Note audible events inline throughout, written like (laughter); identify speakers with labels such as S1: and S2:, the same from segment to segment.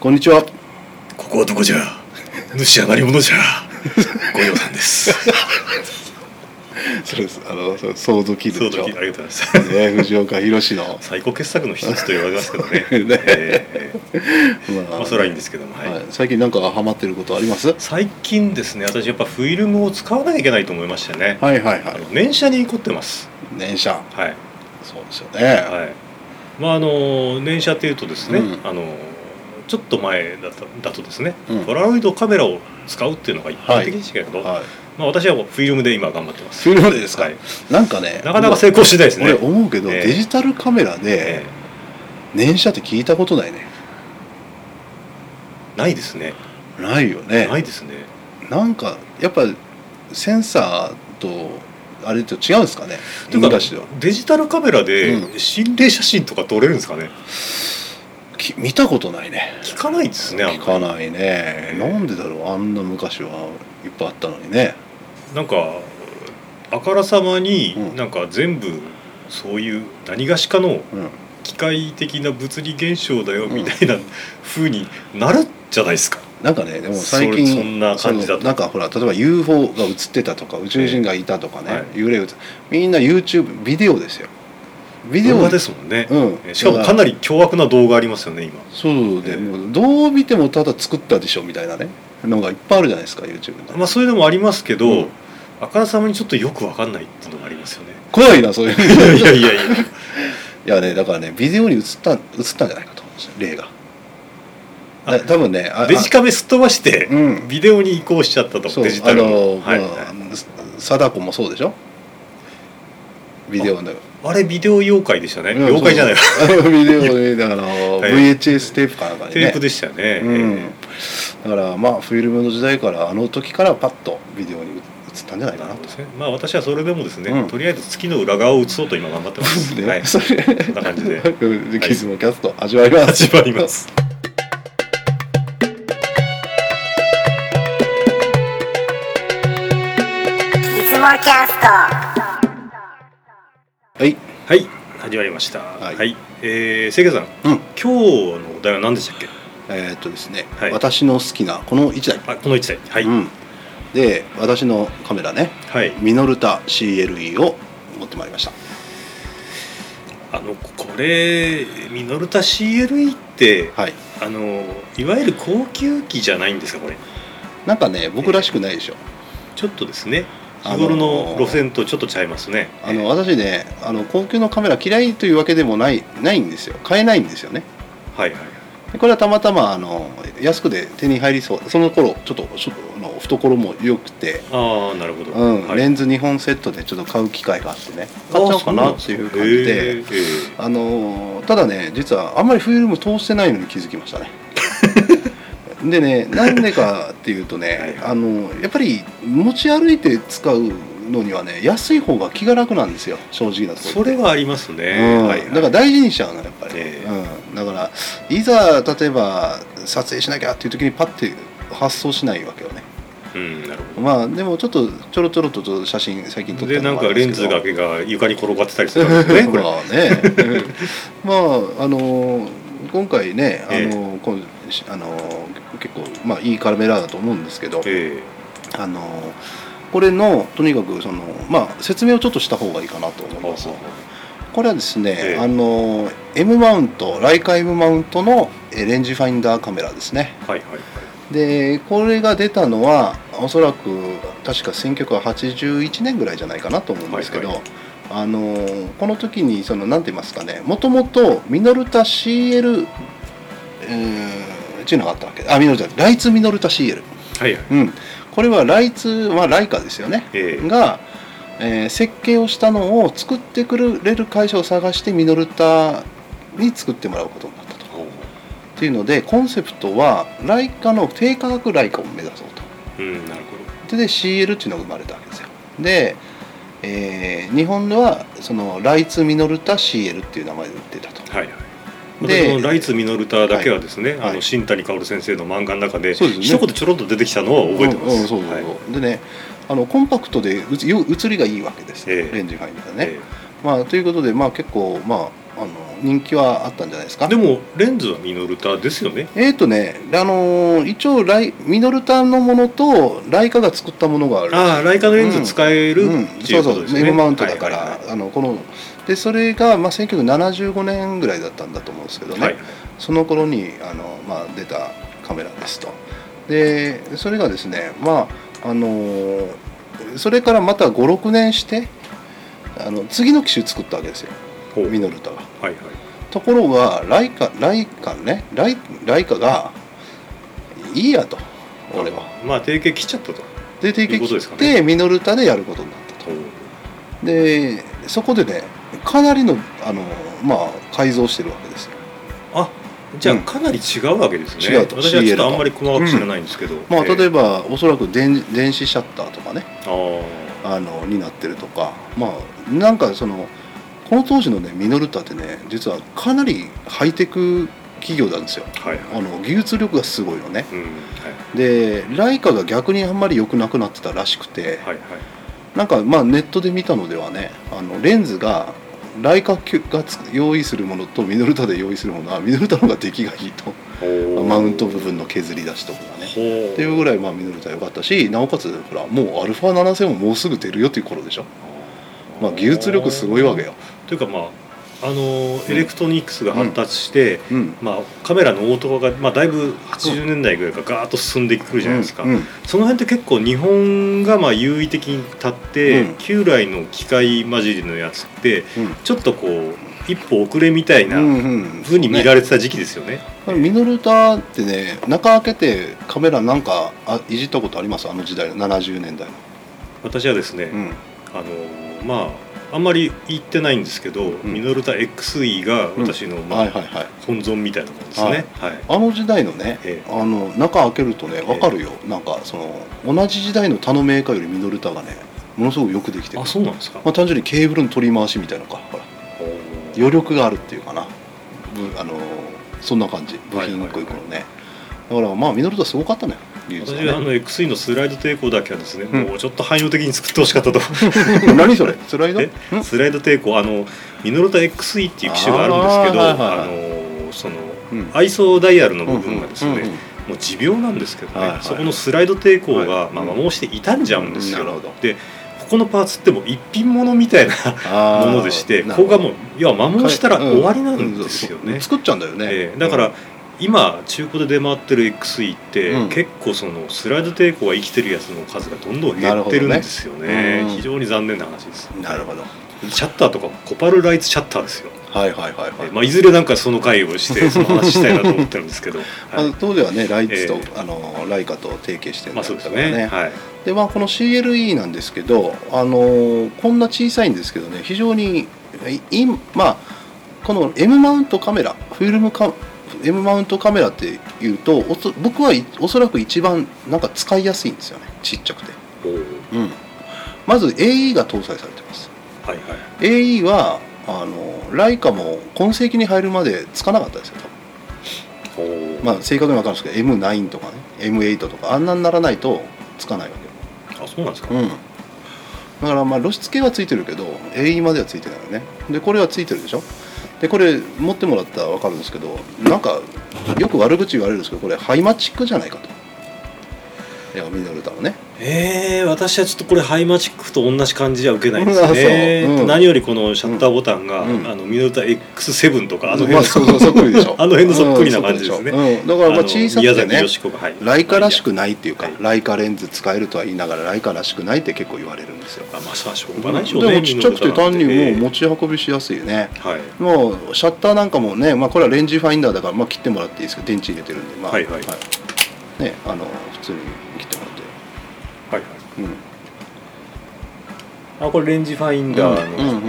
S1: こんにちは。
S2: ここはどこじゃ主は何者じゃご用さんです
S1: そうです。あの、そうソードキ
S2: そう
S1: ル
S2: だあ
S1: 長。ね
S2: りがとうございます
S1: 藤岡弘の。
S2: 最高傑作の一つと言われますけどね (laughs)
S1: ね
S2: ええ
S1: ま
S2: (laughs) まあそれはいいんですけども、はい
S1: はい最近なんかハマってることあります。は
S2: 最近ですね私やっぱフィルムを使わなきゃいけないと思いましてね、
S1: いはいは
S2: あの念写に凝ってます
S1: い。電車。
S2: はい
S1: そうですよね。
S2: はいまああの念写っていうとですね、
S1: うん
S2: あのちょっと前だとだとですね、
S1: うん
S2: ポラロイドカメラを使うっていうのが一般的でしたけど、
S1: はい。
S2: まあ、私はもうフィルムで今頑張ってます
S1: フィルムでですか
S2: はい、
S1: なんかね。
S2: なかなか成功しないですね
S1: 俺思うけど、
S2: ええ
S1: デジタルカメラ
S2: え
S1: で
S2: え
S1: 年車って聞いたことないね。
S2: ないですね。
S1: ないよね。
S2: ないですね。
S1: なんかやっぱセンサーとあれと違うんですかね。
S2: というか
S1: 昔では
S2: デジタルカメラ
S1: う
S2: で心霊写真とか撮れるんですかね。
S1: き見たことないね。
S2: 聞かないですね。あんまり
S1: 聞かないね。なんでだろう。あんな昔はいっぱいあったのにね。
S2: なんかあからさまに
S1: うん
S2: なんか全部そういう何がしかの
S1: うん。
S2: 機械的な物理現象だよ
S1: うん
S2: みたいな風になるじゃないですか。
S1: なんかねでも最近
S2: それそんな感じだと
S1: そのなんかほら例えば UFO が映ってたとか宇宙人がいたとかね、
S2: ええは
S1: 幽
S2: い
S1: 霊映みんな YouTube ビデオですよビデ
S2: 動
S1: オ
S2: 画ですもんね。
S1: うん
S2: しかもか
S1: り
S2: なり凶悪な動画ありますよね今。
S1: そうで、
S2: ええ
S1: もうどう見てもただ作ったでしょみたいなねのがいっぱいあるじゃないですか YouTube の、
S2: まあそういうのもありますけど、
S1: うん
S2: あからさまにちょっとよくわかんないっていうのがありますよね。
S1: (laughs) 怖いなそういう (laughs)
S2: いや
S1: の
S2: いやいやいや。
S1: いやねだからねビデオに映った映ったんじゃないかと思うんですよ霊が
S2: あ
S1: だ多分ねあ
S2: デジカメすっ飛ばして
S1: うん
S2: ビデオに移行しちゃったと、
S1: そう
S2: デジタル
S1: あ
S2: の
S1: の、
S2: はい
S1: まあ
S2: はい
S1: 貞子もそうでしょビデオの
S2: あれビデオ妖怪でしたね、
S1: うん
S2: 妖怪じゃないわ
S1: そう (laughs) そうあのビデオでだから VHS テープかなんかでね
S2: (laughs) テープでしたよね、
S1: うん
S2: え
S1: だからまあフィルムの時代からあの時からパッとビデオに映ったんじゃな
S2: え
S1: いか
S2: な
S1: な
S2: る
S1: と
S2: ほどですねまあ私はそれでもですね、
S1: うん
S2: とりあえず月の裏側を映そうと今頑張ってます、
S1: で
S2: はい、
S1: (laughs) それ
S2: そんな感じで
S1: キズもキャスト味わいます
S2: 始まります
S1: は
S3: いつもキャスト
S1: い
S2: はい始まりましたは、
S1: はいい
S2: えー、清家さん
S1: うん
S2: 今日のお題は何でしたっけ
S1: えーっとですね、
S2: はい
S1: 私の好きなこの1台、
S2: あこの一台はい、
S1: うん、で私のカメラね
S2: はい
S1: ミノルタ CLE を持ってまいりました
S2: あのこれミノルタ CLE って
S1: はい
S2: あのいわゆる高級機じゃないんですかこれ
S1: なんかね僕らしくないでしょ、
S2: ちょっとですね日
S1: あのー
S2: 頃の路線とちょっとちゃいますね、
S1: あの私ねあの高級のカメラ嫌いというわけでもないないんですよ買えないんですよね
S2: はいはい
S1: でこれはたまたまあの安くで手に入りそうその頃ちょっとしょあの懐も良くて、
S2: ああなるほど、
S1: うん
S2: はい
S1: レンズ2本セットでちょっと買う機会があってね買っちゃおうかなっていう感じで
S2: あそうなんですかへーへー
S1: あのーただね実はあんまりフィルム通してないのに気づきました
S2: (laughs)
S1: ねでねなんでかっていうとね
S2: はい
S1: あのやっぱり持ち歩いて使うのにはね安い方が気が楽なんですよ正直なところ
S2: それはありますね、
S1: うん
S2: はいはい
S1: だから大事にしちゃうのやっぱり、
S2: ええ
S1: うん、だからいざ例えば撮影しなきゃっていう時にパッて発想しないわけよね
S2: うんなるほ
S1: まあでもちょっとちょろちょろとちょっと写真最近撮
S2: ど
S1: っ
S2: で
S1: た
S2: なん
S1: もあ
S2: か
S1: り
S2: レ
S1: ま
S2: ン
S1: す
S2: ズだ
S1: け
S2: けが床に転がってたりするんです
S1: ど
S2: ねこれ
S1: まあね (laughs) まああのー今回ね、
S2: ええ
S1: あのーこうしあのー結構まあいいカメラだと思うんですけど、
S2: え
S1: あのーこれのとにかくそのまあ説明をちょっとした方がいいかなと思
S2: え
S1: います
S2: は。
S1: これはですね、
S2: ええ
S1: あの M マウントライカ M マウントのえレンジファインダーカメラですね
S2: いはいはい
S1: でこれが出たのはおそらく確か1981年ぐらいじゃないかなと思うんですけど、
S2: はいは
S1: あのこの時にその何て言いますかねもともとミノルタ CL えーっていうのがあったわけあミノルタライツミノルタ CL、
S2: はいはい
S1: うん、これはライツはライカですよね
S2: ええ
S1: が、えー設計をしたのを作ってくれる会社を探してミノルタに作ってもらうことになったと。
S2: ほう
S1: っていうのでコンセプトはライカの低価格ライカを目指そう
S2: うんなるほど
S1: と。で CL っていうのが生まれたわけですよ。で、えー日本ではそのライツミノルタ CL っていう名前で売ってたと。
S2: はいはい
S1: で
S2: 私のライツ・ミノルタだけはですね、
S1: はい
S2: あの新谷薫先生の漫画の中で
S1: そうですね
S2: 一言ちょろっと出てきたのは覚えてま
S1: うんうん
S2: す。
S1: そうそうそう
S2: はい
S1: でねあのコンパクトでうつよ映りがいいわけですよ、
S2: ええ
S1: レンジファインダーね。
S2: え
S1: まあ、ということで、まあ、結構、まあ、あの人気はあったんじゃないですか
S2: でもレンズはミノルタですよね
S1: えーとね、あのー一応ライミノルタのものとライカが作ったものがある
S2: ああライカのレンズ使える、
S1: うん
S2: っ、てい
S1: そう
S2: うこ
S1: そ
S2: と
S1: う、
S2: ですよね
S1: M マウントだから、
S2: はいはい
S1: あのこのでそれが、まあ、1975年ぐらいだったんだと思うんですけどね、
S2: はい
S1: その頃にあの、まあ、出たカメラですとでそれがですねまああのーそれからまた56年してあの次の機種作ったわけですよ
S2: ほう
S1: ミノルタが
S2: はいはい
S1: ところがライカライカねライライカがいいやと俺は
S2: まあ提携切っちゃったと
S1: で提
S2: いう
S1: 携
S2: ことで
S1: 切
S2: すか
S1: っ
S2: ね
S1: てミノルタでやることになったとでそこでねかなりのあの、まあ、改造してるわけですよ
S2: あじゃあ
S1: うん
S2: かなり違うわけですね、
S1: 違うと
S2: 私はちょ
S1: CL
S2: っと
S1: と
S2: あんまり細かく知らないんですけど、
S1: まあ、例え
S2: ば
S1: ば、おそらく電電子シャッターとかね
S2: あー
S1: あのになってるとかまあなんかそのこの当時のねミノルタってね実はかなりハイテク企業なんですよ
S2: はいはい
S1: あの技術力がすごいのね
S2: うんはい
S1: でライカが逆にあんまり良くなくなってたらしくて
S2: はいはい
S1: なんかまあネットで見たのではねあのレンズがライカがつ用意するものとミノルタで用意するものはミノルタの方が出来がいいと
S2: ほう
S1: マウント部分の削り出しとかがね
S2: ほう
S1: っていうぐらいまあミノルタ良かったしなおかつほらもうアルファ7000ももうすぐ出るよっていう頃でしょ、まあ、技術力すごいわけよ、
S2: というかまああのー
S1: うん
S2: エレクトロニクスが発達して、
S1: うん、
S2: まあ、カメラのオート化が、まあ、だいぶ80年代ぐらいからガーッと進んでくるじゃないですか、
S1: うんうん
S2: その辺って結構日本がまあ優位的に立って、
S1: うん
S2: 旧来の機械混じりのやつって
S1: うん
S2: ちょっとこう一歩遅れみたいな
S1: うん
S2: 風に見られてた時期ですよね。
S1: そうねミノルタってね中開けてカメラなんかあいじったことありますあの時代の70年代の、
S2: 私はですね、
S1: うん
S2: あのまああんまり言ってないんですけど、
S1: ん
S2: ミノルタ XE が私の、まあ
S1: はいはいはい
S2: 本尊みたいなもんですね。はい
S1: あの時代のね、
S2: ええ
S1: あの中開けるとね分かるよ、なんかその同じ時代の他のメーカーよりミノルタがねものすごくよくできてる
S2: あそうなんですか。
S1: まあ、単純にケーブルの取り回しみたいなのかほら
S2: おー
S1: 余力があるっていうかなぶあのそんな感じ部
S2: はいはい
S1: 品
S2: は
S1: 一
S2: い
S1: 個一個のね、だからまあミノルタすごかったね技術
S2: 私は
S1: が
S2: あ
S1: ね
S2: の XE のスライド抵抗だけはですね、
S1: うん
S2: もうちょっと汎用的に作ってほしかったと
S1: (laughs) 何それスライド
S2: え
S1: うん
S2: スライド抵抗あのミノルタ XE っていう機種があるんですけどあ,、
S1: あーはいはい
S2: のその
S1: うん
S2: アイソーダイヤルの部分がですね、
S1: うんうんうん
S2: もう持病なんですけどね、
S1: はいはい
S2: そこのスライド抵抗
S1: は
S2: が、
S1: い
S2: まあ、摩耗して傷んじゃうんですよ、
S1: うんなるほど
S2: でここのパーツってもう一品物みたいな
S1: あー
S2: ものでしてこ
S1: なる
S2: こ
S1: ほ
S2: が
S1: ど
S2: もう要は摩耗したら終わりなんですよ
S1: うんう
S2: ね
S1: ん、作っちゃうんだよね、
S2: ええだから、今中古で出回ってる XE って、
S1: うん
S2: 結構そのスライド抵抗が生きてるやつの数がどんどん減ってるんですよね
S1: なるほどねうん
S2: 非常に残念な話です
S1: うんなるほど
S2: シャッターとかコパルライツシャッターですよ、
S1: はいはいはいはい、
S2: えまあ、いずれなんかその回
S1: (laughs)
S2: をしてその話したいなと思ってるんですけど、
S1: あ
S2: は
S1: の
S2: い、
S1: 当時はねライツと、
S2: え
S1: あのライカと提携してるん
S2: ま
S1: だ
S2: あ
S1: っ
S2: そうで
S1: た
S2: す
S1: から
S2: ね
S1: ね、
S2: はい
S1: でまあこの CLE なんですけどあのーこんな小さいんですけどね非常にいいまあこの M マウントカメラフィルムカ M マウントカメラっていうとおそ僕はいおそらく一番なんか使いやすいんですよねちっちゃくて、
S2: おー
S1: うん、まず AE が搭載されてます
S2: はいはい
S1: AE はあのライカも今世紀に入るまでつかなかったですよ多分
S2: おー
S1: まあ正確に分かるんですけど M9 とかね M8 とかあんなにならないとつかないわけ
S2: あそうなんですか、
S1: よ、うん、だからまあ露出系はついてるけど AE まではついてないよねでこれはついてるでしょでこれ持ってもらったら分かるんですけどなんかよく悪口言われるんですけどこれハイマチックじゃないかといやミノルタはね
S2: えー、私はちょっとこれハイマチックと同じ感じは受けないです
S1: うんあ
S2: ね、
S1: そううん
S2: 何よりこのシャッターボタンが、
S1: うん
S2: あのミノルタ X7 とかあの辺
S1: ま
S2: の、
S1: あそうそうそっくりでしょ
S2: (laughs) あの辺のそっくりな感じですね
S1: うんそっくりしょうんだからまあ小さ
S2: あの
S1: くて
S2: 宮
S1: ね
S2: 崎美子が、はい、
S1: ライカらしく
S2: い
S1: ないっていうか、
S2: はい
S1: ライカレンズ使えるとは言いながらライカらしくないって結構言われるんですよ
S2: やあまあしょう
S1: で
S2: が
S1: も
S2: ないでしょうね
S1: ちっちゃくて単にもう
S2: も
S1: 持ち運びしやすいよね
S2: はい
S1: もうシャッターなんかもね、まあ、これはレンジファインダーだから、まあ、切ってもらっていいですけど電池入れてるんで、まあ
S2: はいはい
S1: ね、あの普通に切ってもらって、
S2: はいはい
S1: うん
S2: あこれレンジファインダーの、
S1: うん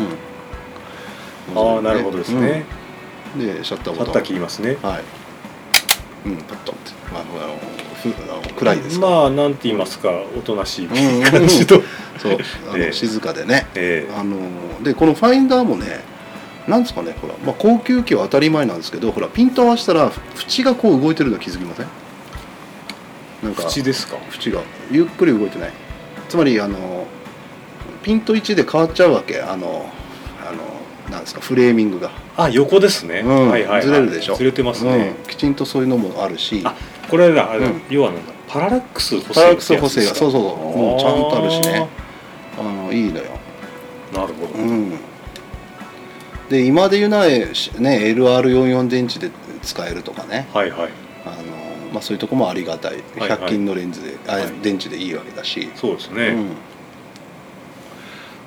S1: うん
S2: ああなるほどですね、、
S1: うんでシャッター
S2: シ
S1: ボタ
S2: ャ
S1: ン
S2: ッター切りますね
S1: はいうんパッとって、まあ、あのふあの暗いですから、
S2: まあなんて言いますかおとなしい
S1: うんうん (laughs)
S2: 感じと、
S1: そうあ
S2: (laughs) え
S1: の
S2: え
S1: 静かでね、
S2: え
S1: あのでこのファインダーもねなんですかねほら、まあ、高級機は当たり前なんですけどほらピント合わせたらふ縁がこう動いてるの気づきませんなん
S2: ー、
S1: か
S2: 口ですか
S1: 縁がゆっくり動いてないつまりあのピント位置で変わっちゃうわけあのあのなんですかフレーミングが、
S2: あ横ですね、
S1: うん
S2: はいはい、はい、
S1: ずれるでしょ
S2: ずれてますね、
S1: うんきちんとそういうのもあるし
S2: あこれはあれ、
S1: うん
S2: 要はなんだパララックス補正
S1: パララックス補正がそう
S2: う
S1: そうそうもうちゃんとあるしねあのいいのよ
S2: なるほ
S1: う
S2: ど、
S1: んで今で言うならしね LR44 電池で使えるとかね
S2: はいはい
S1: あの、まあ、そういうとこもありがたい
S2: はいはい
S1: 100均のレンズで、
S2: はい
S1: あ電池でいいわけだし、
S2: そうです
S1: う
S2: ね、
S1: ん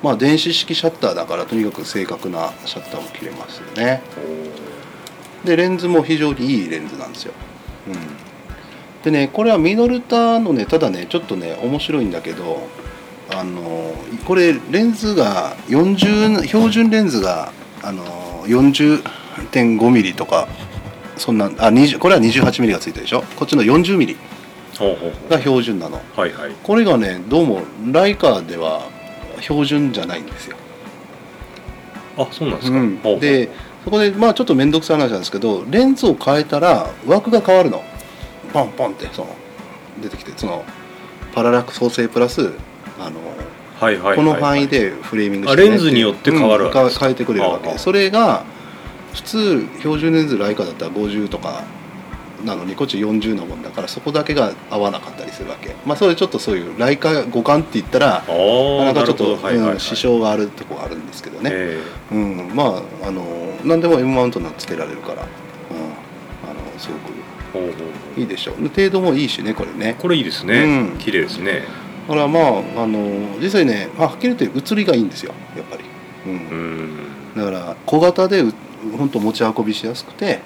S1: まあ電子式シャッターだからとにかく正確なシャッターも切れますよね
S2: おー
S1: でレンズも非常にいいレンズなんですよ、うん、でねこれはミノルタのねただねちょっとね面白いんだけどあのこれレンズが40標準レンズがあの40.5ミリとかそんなあ20これは28ミリがついてるでしょこっちの40ミリ
S2: ほうほうほ
S1: が標準なの
S2: うはいはい
S1: これがねどうもライカでは標準じゃないんですよ
S2: あそうなんですか、
S1: う、
S2: ほうほうん
S1: でそこでまあちょっと面倒くさい話なんですけどレンズを変えたら枠が変わるのポンポンってその出てきてそのパララックス補正プラスあの、
S2: はいはいはいはい
S1: この範囲でフレーミング
S2: あレンズによって変わる
S1: う
S2: わ
S1: ん
S2: けです
S1: 変えてくれるわ
S2: あ
S1: け
S2: あ
S1: それが普通標準レンズライカだったら50とかなのにこっち40のもんだからそこだけが合わなかったりするわけまあそれちょっとそういうライカ互換って言ったら
S2: あー
S1: なかなかちょっ
S2: な
S1: と
S2: るほどはいはいは
S1: うん
S2: い
S1: 支障があるとこがあるんですけどね、
S2: え
S1: うん、まああの何でも M マウントならつけられるから、うん、あのすごく
S2: えほうほうほう
S1: いいでしょう程度もいいしねこれね
S2: これいいですね、
S1: うん
S2: 綺麗ですね
S1: だからまああの実際ね、まあ、はっきり言って映りがいいんですよやっぱり、う、
S2: うんん
S1: だから小型でう本当持ち運びしやすくて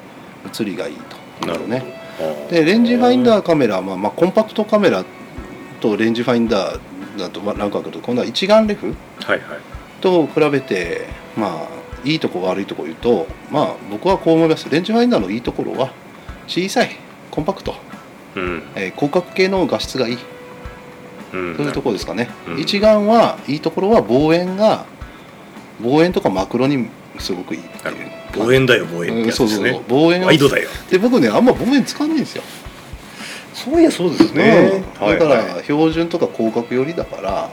S1: 映りがいいと
S2: なるほど
S1: ね
S2: あー
S1: でレンジファインダーカメラ、まあまあ、コンパクトカメラとレンジファインダーだとまあランク上がると今度は一眼レフ
S2: はいはい
S1: と比べてまあいいとこ悪いとこ言うとまあ僕はこう思いますレンジファインダーのいいところは小さいコンパクト、
S2: うん
S1: えー広角系の画質がいい
S2: うん
S1: そういうところですかね、
S2: うん
S1: 一眼はいいところは望遠が望遠とかマクロにすごくいいって
S2: ないる
S1: う
S2: ほど望遠だよ望遠って
S1: うん
S2: やつ
S1: そう
S2: です
S1: そう
S2: ね
S1: そう望遠は
S2: ワイドだよ
S1: で僕ねあんま望遠使わないんですよ、
S2: そういやそうです
S1: うんだか
S2: はい
S1: ら標準とか広角寄りだから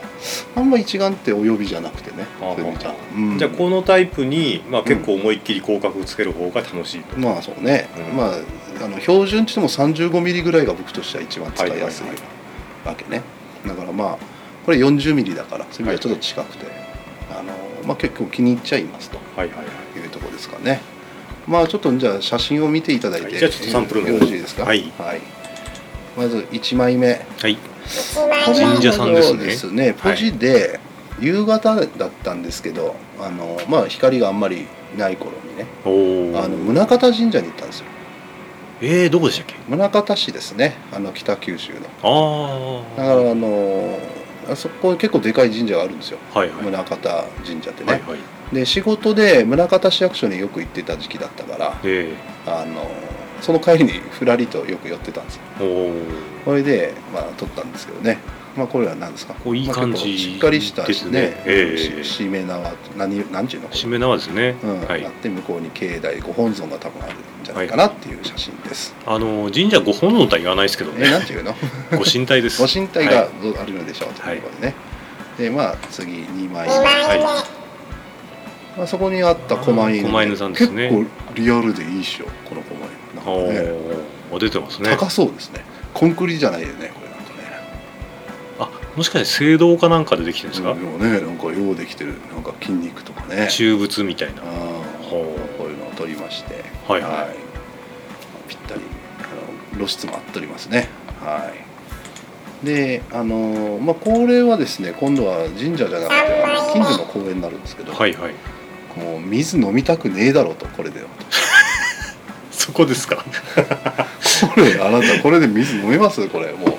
S1: あんま一眼ってお呼びじゃなくてね
S2: ああ
S1: そういう意味じゃ
S2: はいじゃあこのタイプに、まあ、結構思いっきり広角つける方が楽しいと、
S1: まあそうね、
S2: うん
S1: まああの標準値でも35ミリぐらいが僕としては一番使いやすい
S2: はいは
S1: わけね、だからまあこれ40ミリだからそういう意味ではちょっと近くて、あのまあ、結構気に入っちゃいますと
S2: はいはいはい
S1: いうところですかねまあちょっとじゃあ写真を見ていただいて、
S2: はいじゃあちょっとサンプルの方
S1: よろしいですか
S2: はい
S1: まず1枚目
S2: はい
S3: 1枚目
S2: 神社さんですね
S1: そうですねポジで夕方だったんですけど、あのまあ光があんまりない頃にね
S2: お
S1: あの
S2: お
S1: 宗像神社に行ったんですよ
S2: えー、どこでしたっけ
S1: 宗像市ですねあの北九州のだか
S2: ああ
S1: らあのーあそこ結構でかい神社があるんですよ
S2: はいはい
S1: 宗像神社ってね、
S2: はいはい
S1: で仕事で宗像市役所によく行ってた時期だったから
S2: え
S1: あのーその帰りにふらりとよく寄ってたんですよ
S2: えお
S1: これでまあ撮ったんですけどねまあこれは何ですか
S2: おいい
S1: まあ
S2: 感
S1: 結構
S2: じ
S1: しっかりした
S2: ですねえ
S1: し
S2: え
S1: しめ縄何何ちゅうの
S2: おしめ縄ですね、
S1: うん
S2: はい
S1: あって向こうに境内ご本尊が多分あるんじゃないかなっていう写真です、
S2: あの神社ご本尊とは言わないですけど
S1: (laughs) え
S2: ね
S1: 何ていうの
S2: ご神体です
S1: ご神体
S2: は
S1: が
S2: い
S1: どうあるのでしょうと
S2: はい
S1: いうことでね、でまあ次2枚目、
S3: 2枚目
S2: は
S1: まあ、そこにあった狛犬
S2: あー狛犬さんですね
S1: 結構リアルでいいっしょこの狛
S2: お
S1: 犬なんかね
S2: お出てますね
S1: 高そうですねコンクリじゃないよねこれなんかね
S2: あもしかして青銅かなんかでできてるんですか、
S1: うんでもねなんかようできてるなんか筋肉とかね
S2: 中仏みたいな
S1: あー
S2: ほう
S1: こういうのを撮りまして
S2: はいはい
S1: ぴったりあの露出も合っておりますねはいであのまあこれはですね今度は神社じゃなくてあの近所の公園になるんですけど、
S2: はいはい
S1: もう水飲みたくねえだろうとこれでは
S2: そこですか
S1: これあなたこれで水飲めますこれもう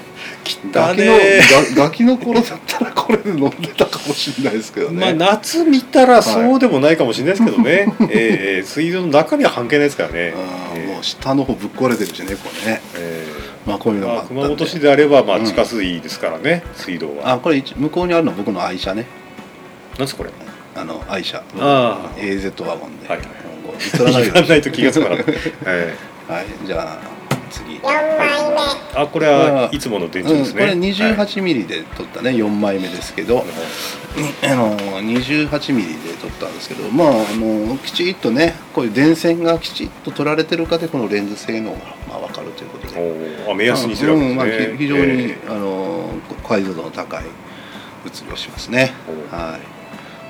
S2: だ
S1: ガキの
S2: ね
S1: ガガキの頃だったらこれで飲んでたかもしれないですけど
S2: まあ
S1: ね、
S2: 夏見たらそうでもないかもしれないですけどね、 (laughs) ええ水道の中身は関係ないですからね、
S1: あ
S2: え
S1: ー
S2: え
S1: もう下の方ぶっ壊れてるしねこれね
S2: え
S1: まあこういう
S2: え
S1: のもあ
S2: まあ、
S1: ったん
S2: 熊本
S1: で
S2: 市であればまあ
S1: うん
S2: 地下水ですからね、水道は
S1: あこれ一向こうにあるのは僕の愛車ね
S2: なんすこれ
S1: あの愛車
S2: ああ
S1: AZ ワゴンで、
S2: はいはい
S1: もう映らないよう
S2: 言わ
S1: に
S2: (laughs) ないと気がつかなかった、え
S1: はいじゃあ
S2: 次
S3: 4枚目
S2: あこれはいつもの電池ですね、
S1: うんこれ
S2: はい
S1: 28mm で撮ったね、4枚目ですけど、あの 28mm で撮ったんですけどまああのきちっとねこういう電線がきちっと取られてるかでこのレンズ性能が、まあ、分かるということで
S2: おーあ目安にしてるわけで
S1: うん
S2: すね、
S1: まあ、き非常に、
S2: え
S1: あの解像度の高い写りをしますね
S2: お
S1: はい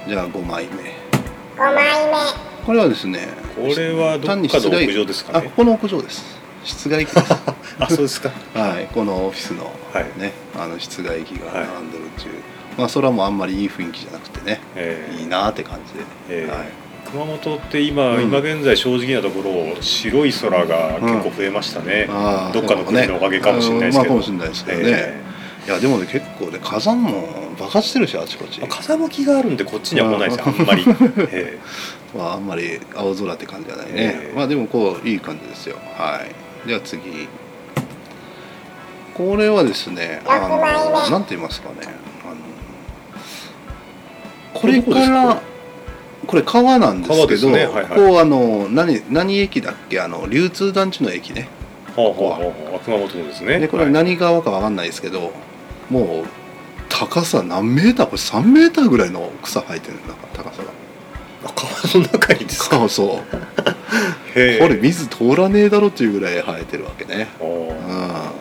S1: じゃあ5枚目
S3: 5枚目
S1: これはですね
S2: ーこれはどっか
S1: 単
S2: の
S1: に室外
S2: 屋上ですか
S1: あこ
S2: ね
S1: この屋上です室外機です
S2: (laughs) あそうですか
S1: はいこのオフィスの
S2: はい
S1: ね、あの室外機が並んでるっていう、まあ空もあんまりいい雰囲気じゃなくてね
S2: えー
S1: いいなーって感じで、
S2: えー
S1: はい
S2: 熊本って今、
S1: うん
S2: 今現在正直なところ白い空が結構増えましたね、
S1: あー
S2: どっかの国のおかげかもしれないです
S1: まあ
S2: けど、
S1: かもしれないですけどね、
S2: え
S1: いやでもね結構ね火山も爆発してるしあちこち
S2: ーまあ風向きがあるんでこっちには来ないですよあんまり、え
S1: まああんまり青空って感じじゃないね、
S2: ええ
S1: まあでもこういい感じですよはいじゃあ次これはですねあ
S3: 六枚目
S1: のなんて言いますかねあのこれか
S2: どこ
S1: らこれ川なんですけど
S2: 川ですねはいはい
S1: ここあの何何駅だっけあの流通団地の駅ね
S2: ーほうほうほうほうあ熊本のですね
S1: でこれ何川かわかんないですけど、もう高さ何メーターこれ3メーターぐらいの草生えてるんだ高さが
S2: あ川の中にですか
S1: そうそうこ
S2: へー
S1: れ水通らねえだろっていうぐらい生えてるわけね
S2: あ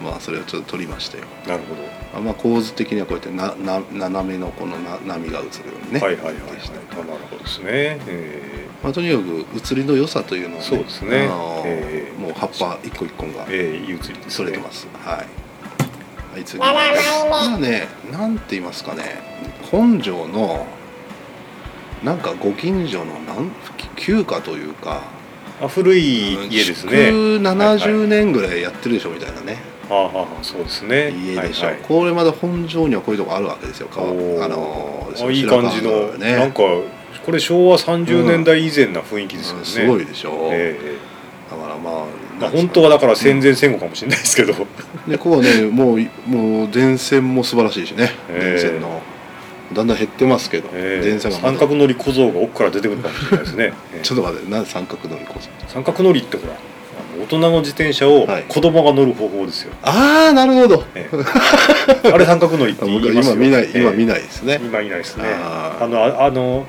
S2: ー
S1: まあそれをちょっと撮りましたよ
S2: なるほど、
S1: あまあ構図的にはこうやってなな斜めのこのな波が映るようにね、
S2: はいはいはいはい
S1: でした
S2: あなるほどですね、え
S1: まあ、とにかく写りの良さというのは、
S2: そうですね
S1: あの
S2: ええ
S1: もう葉っぱ一個一個が
S2: ーえー、いい写りです
S1: そ
S2: ね
S1: れてます、はい、はい、次
S3: 7枚
S1: ま
S3: 目
S1: あね、なんて言いますかね、本庄の。なんかご近所のなん、旧家というか。
S2: あ古い家ですね、
S1: 築
S2: はいは
S1: 70年ぐらいやってるでしょみたいなね、
S2: ああああそうですね
S1: 家でしょ、
S2: はいはい
S1: これまだ本庄にはこういうとこあるわけですよ。川
S2: おー
S1: あの
S2: あいい感じ
S1: 白
S2: の、
S1: 川
S2: なん
S1: ね。
S2: かこれ昭和30年代以前な雰囲気です
S1: う
S2: よね、
S1: んすごいでしょ、
S2: ええ
S1: だからまあ
S2: まあ、本当はだから戦前戦後かもしれないですけど、
S1: でここはねもうもう電線も素晴らしいしね、
S2: ええ
S1: 電線のだんだん減ってますけど、
S2: ええ
S1: 電線がまだ
S2: 三角乗り小僧が奥から出てくるかもしれないですね、ええ
S1: (laughs) ちょっと待ってなんで三角乗り構造
S2: 三角乗りってほらあの大人の自転車を
S1: はい
S2: 子供が乗る方法で
S1: (laughs)
S2: すよ、
S1: ああなるほど
S2: ええあれ三角乗りって
S1: 僕
S2: 言いますよ
S1: 今見ない、今見
S2: な
S1: な
S2: い、
S1: いですね
S2: ええ、今見ないですね
S1: あ
S2: あ
S1: ー
S2: のああの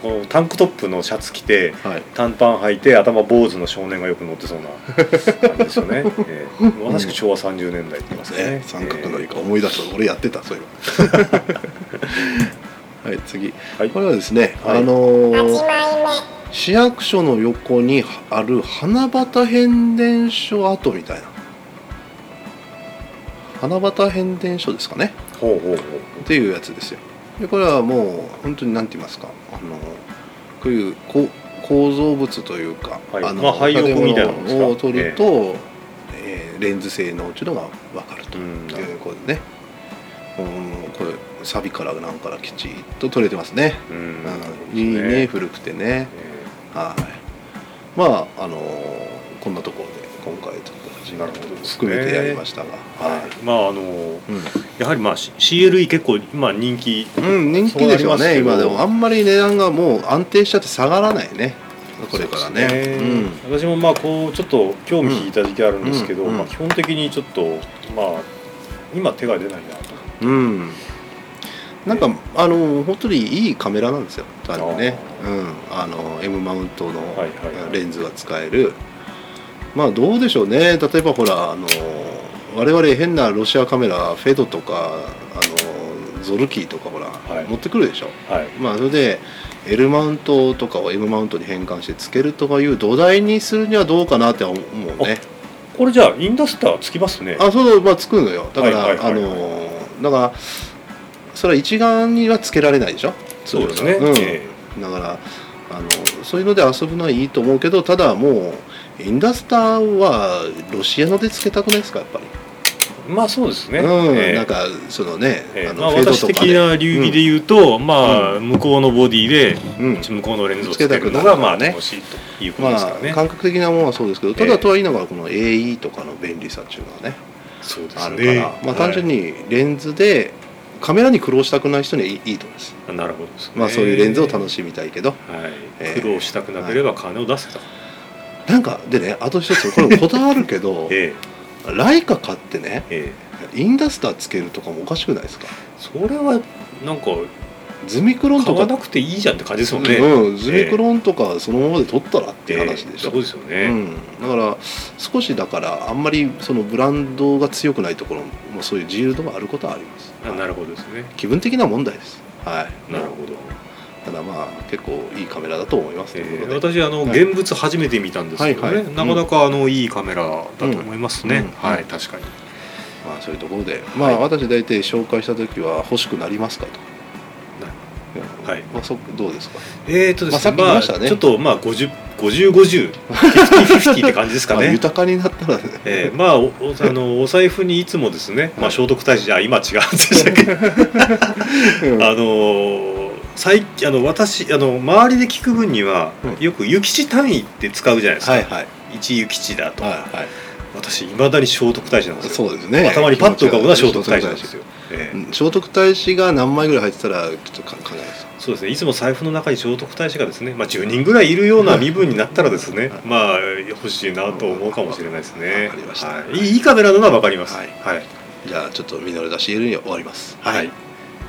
S2: こうタンクトップのシャツ着て
S1: はい
S2: 短パン履いて頭坊主の少年がよく乗ってそうな感じですよ
S1: (laughs)
S2: ね、ええまさしく昭和30年代って言いますかね、
S1: ね、三角乗りか思い出した、俺やってた
S2: (laughs)
S1: そういうのはい次、
S2: はい
S1: これはですね、
S2: はい
S1: あの
S3: 8
S1: ー
S3: 枚目
S1: 市役所の横にある花畑変電所跡みたいな花畑変電所ですかね
S2: ほうほうほ
S1: っていうやつですよでこれはもう本当に何て言いますかあのこういうこう構造物というか、
S2: はい
S1: あの
S2: まあ廃屋
S1: 建物
S2: みたいなもんですか
S1: を取ると、えーレンズ性能っていうのが分かると
S2: ううん
S1: ということでねうんこれサビからなんからきちっと取れてますね、
S2: うん
S1: うんいいね古くてね
S2: え
S1: はいまああのーこんなところで今回ちょっと始
S2: ー
S1: ま
S2: な
S1: る
S2: るほどです
S1: 含
S2: ね
S1: めてやりましたが、は
S2: はいまああの
S1: い、うん
S2: やはりまあ C- CLE 結構今人気
S1: うん、人気でしょう
S2: そうな
S1: ね
S2: ります
S1: 今で
S2: けど
S1: もあんまり値段がもう安定しちゃって下がらないねこれからね
S2: そうですね
S1: うん
S2: 私もまあこうちょっと興味引いた時期あるんですけど、
S1: うんうん
S2: まあ、基本的にちょっとまあ今手が出ないなと
S1: うんなんかあの本当にいいカメラなんですよ単にねうん、あの M マウントの
S2: はいはいはい
S1: レンズが使える、まあどうでしょうね例えばほらあの我々変なロシアカメラフェドとかあのゾルキーとかほら、
S2: い
S1: 持ってくるでしょ
S2: はい
S1: まあそれで L マウントとかを M マウントに変換してつけるとかいう土台にするにはどうかなって思うね
S2: これじゃあインダスターつきますね
S1: あそうまあつくのよだから、
S2: はいはいはい
S1: あのーだからそれは一眼にはつけられないでしょ
S2: そうですね、
S1: うん
S2: え
S1: だからあのそういうので遊ぶのはいいと思うけどただもうインダスターはロシアのでつけたくないですかやっぱり、
S2: ーまあそうですね、
S1: うん
S2: えー
S1: なんかそのね、
S2: えー
S1: あの
S2: まあ、
S1: フェード
S2: 私
S1: とか
S2: 的
S1: で、
S2: な流儀で言うと、まあ向こうのボディで
S1: うん
S2: 向こうのレンズをつけるのがまあ楽しいということですか
S1: ま
S2: ら
S1: あ
S2: ね、
S1: 感覚的なものはそうですけどた
S2: え
S1: だ
S2: え
S1: とは言いながらこの AE とかの便利さっていうのはね
S2: そうですね
S1: あるから、まあ、単純
S2: に、
S1: にレンズでカメラに苦労したくない人にはいいいいと思います、
S2: はいなるほどですね
S1: まあ、そういうレンズを楽しみたいけど
S2: はい
S1: えー
S2: 苦労したくなければ金を出せと、
S1: なんかでねあと一つこれもこだわるけど
S2: (laughs) え
S1: ライカ買ってね
S2: えええ
S1: インダスターつけるとかもおかしくないですか
S2: それはなんか
S1: ズミクロン
S2: 買
S1: と
S2: わ
S1: か
S2: なくていいじゃんって感じですもんね、
S1: うん、ズミクロンとかそのままで取ったらって
S2: え
S1: いう
S2: え
S1: 話でしょ、
S2: そうですよね、
S1: うん、だから少しだからあんまりそのブランドが強くないところもそういうジールドがあることはあります、
S2: あなるほどですね
S1: 気分的な問題ですはい
S2: なるほど、
S1: ただまあ結構いいカメラだと思います、
S2: え
S1: という
S2: ー
S1: ことで
S2: 私あの、
S1: はい
S2: 現物初めて見たんですけどね、
S1: はいはい
S2: なかなかあのいいカメラだと思いますね、
S1: うんうん
S2: はい確かに
S1: まあそういうところでまあ私大体紹介した時は欲しくなりますかと
S2: なはい
S1: まあ、そどうですか
S2: えーとで
S1: まあ
S2: す
S1: さっ
S2: ね
S1: き言い
S2: ま
S1: ま
S2: あ
S1: し
S2: ち
S1: たね
S2: ょっとまあ50
S1: (laughs)
S2: 5050 50って感じですか
S1: まあ、
S2: ね
S1: 豊かになったらね、
S2: えーまあおおあのお財布にいつもですね、ま
S1: は
S2: あ、
S1: い
S2: 聖徳太子じゃ今違うんでしたけど
S1: うん
S2: (laughs) あのー最近あの私あの周りで聞く分には、
S1: うん
S2: よく諭吉単位って使うじゃないですか、
S1: はいはい
S2: 一諭吉だと、
S1: はいはい
S2: 私いまだに聖徳太子なんですよ
S1: そうですね
S2: 頭にパッと浮かぶのは聖徳太子
S1: 子
S2: なんですよ、ええ
S1: 聖徳太子が何枚ぐらい入ってたらちょっと考えます
S2: そうですねいつも財布の中に聖徳太子がですね、まあ、10人ぐらいいる
S1: (laughs)
S2: ような身分になったらです
S1: は
S2: ね
S1: い
S2: まあ欲しいなと思うかもしれないですね
S1: わかりました
S2: はい、いいいいカメラなのは分かります
S1: はい
S2: はい、
S1: じゃあちょっとミノルダ CL に終わります
S2: はい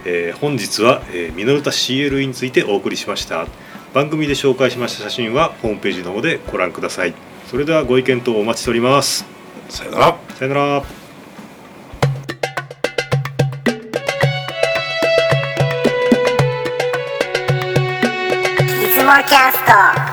S2: えー本日は、えーミノルタ CLE についてお送りしました番組で紹介しました写真はホームページの方でご覧くださいそれではご意見等お待ちしております
S1: さよなら
S2: さよなら
S3: いつもキャスト